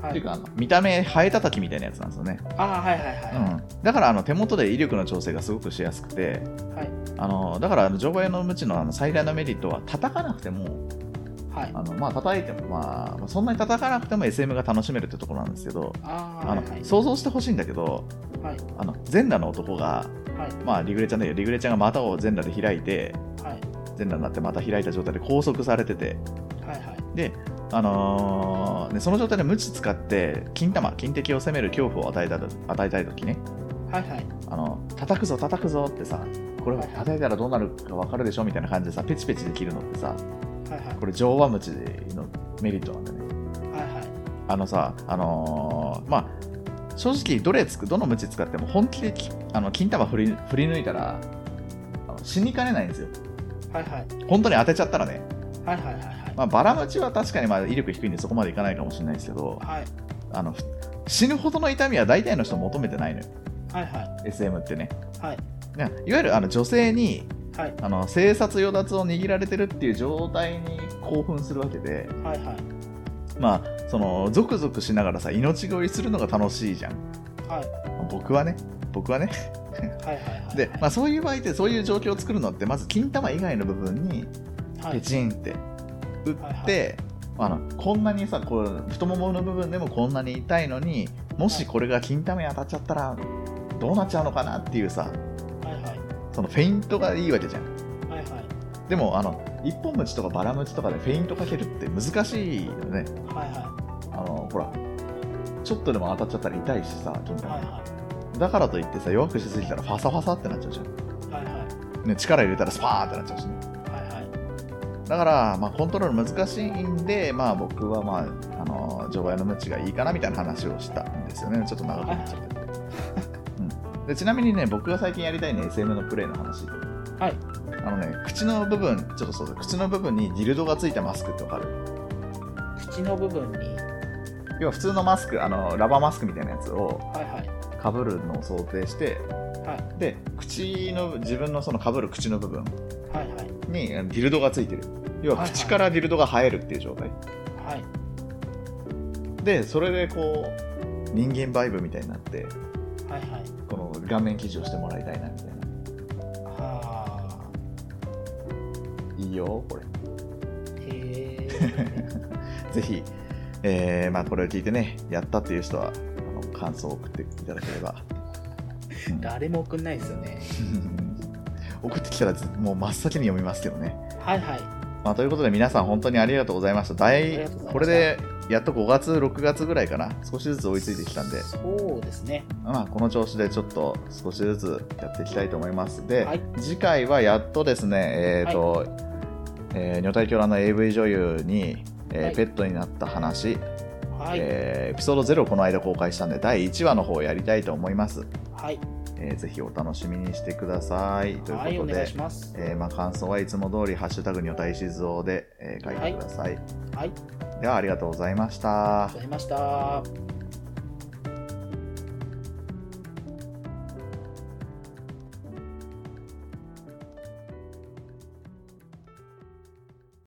は
っていうかあの見た目ハエたたきみたいなやつなんですよね。
ああ、はいはいはい。
うん、だからあの手元で威力の調整がすごくしやすくて、
はい
あのだからあの乗馬用のムチのあの最大のメリットは叩かなくても
はい。
あの、まあ、叩いても、まあ、そんなに叩かなくても SM が楽しめるってところなんですけど、
ああ、
あ
は
の
いはい。
想像してほしいんだけど、
はい
あの全裸の男が、
はい
まあ、リグレちゃんだよリグレちゃんが股を全裸で開いて
はい
全裸になってまた開いた状態で拘束されてて、
はいはい。
あのーね、その状態で無知使って金玉金敵を攻める恐怖を与えた与えたい時ね
はいはい。
あの叩くぞ叩くぞってさこれ叩いたらどうなるか分かるでしょみたいな感じでさペチペチできるのってさ
はいはい。
これ上腕無知のメリットなんだね
はいはい。
あのさ、あのーまあ、正直、どれつく、どのムチ使っても本気できあの金玉振り振り抜いたらあの死にかねないんですよ。
はいはい。
本当に当てちゃったらね。
はいはいはいはい。
まあ、バラムチは確かにまあ威力低いんでそこまでいかないかもしれないですけど、
はい
あのふ死ぬほどの痛みは大体の人求めてないのよ。
はいは
SM ってね。
はい
ねいわゆるあの女性に、
はい
あの生殺与奪を握られてるっていう状態に興奮するわけで、
い。はいはい。
まあ、その、ゾクゾクしながらさ、命乞いするのが楽しいじゃん。
はい
僕はね僕はね
はいはいはい。
で、まあ、そういう場合ってそういう状況を作るのってまず金玉以外の部分に
はい
ペチンって打って、
はい
あのこんなにさこう太ももの部分でもこんなに痛いのにもしこれが金玉に当たっちゃったらどうなっちゃうのかなっていうさ
はいはい。
そのフェイントがいいわけじゃん
はいはい。
でもあの一本ムチとかバラムチとかでフェイントかけるって難しいよね
はいは
あのほらちょっとでも当たっちゃったら痛いしさ金
い。は
玉、
いはい。
だからといってさ弱くしすぎたらファサファサってなっちゃうじゃん
はいはい。
ね、力入れたらスパーってなっちゃうしね。
はいはい。
だから、まあ、コントロール難しいんで、まあ、僕は、まあ、あの除外のムチがいいかなみたいな話をしたんですよね。ちょっと長くなっちゃったけど、うんでちなみにね、僕が最近やりたいね、SM のプレイの話。
はい。
あのね、口の部分、ちょっとそうだ、口の部分にディルドがついたマスクってわかる
口の部分に。
要は普通のマスク、あの、ラバーマスクみたいなやつを
はいはい。
かぶるのを想定して、
は
で、口の、自分のそのかぶる口の部分
はいはい。
にディルドがついてる。要は口からディルドが生えるっていう状態。
はい。
でそれでこう人間バイブみたいになって
はいはい。
この顔面記事をしてもらいたいなみたいな
はあ。
いいよこれ
へえ。
[laughs] ぜひ、えーまあ、これを聞いてねやったっていう人はあの感想を送っていただければ [laughs]
誰も送んないですよね。
送ってきたらずもう真っ先に読みますけどね、
はいはい。
まあ、ということで皆さん本当にありがとうございましただ
あり
い
がとうございました
これでやっと5月6月ぐらいかな少しずつ追いついてきたんで、
そうですね。
まあ、この調子でちょっと少しずつやっていきたいと思いますで、
はい
次回はやっとですねえっ、と、えー女体狂乱の AV 女優に、えー
はい
ペットになった話、
はい。
えーエピソード0をこの間公開したんで第1話の方をやりたいと思います、
はい。
えーぜひお楽しみにしてくださいと
はいい、
う
お
ことで、
願いします。
えーまあ、感想はいつも通り「ハッシュタグ女体静雄で」えー書いてください、
はい。
ではありがとうございました、
ありがとうございました。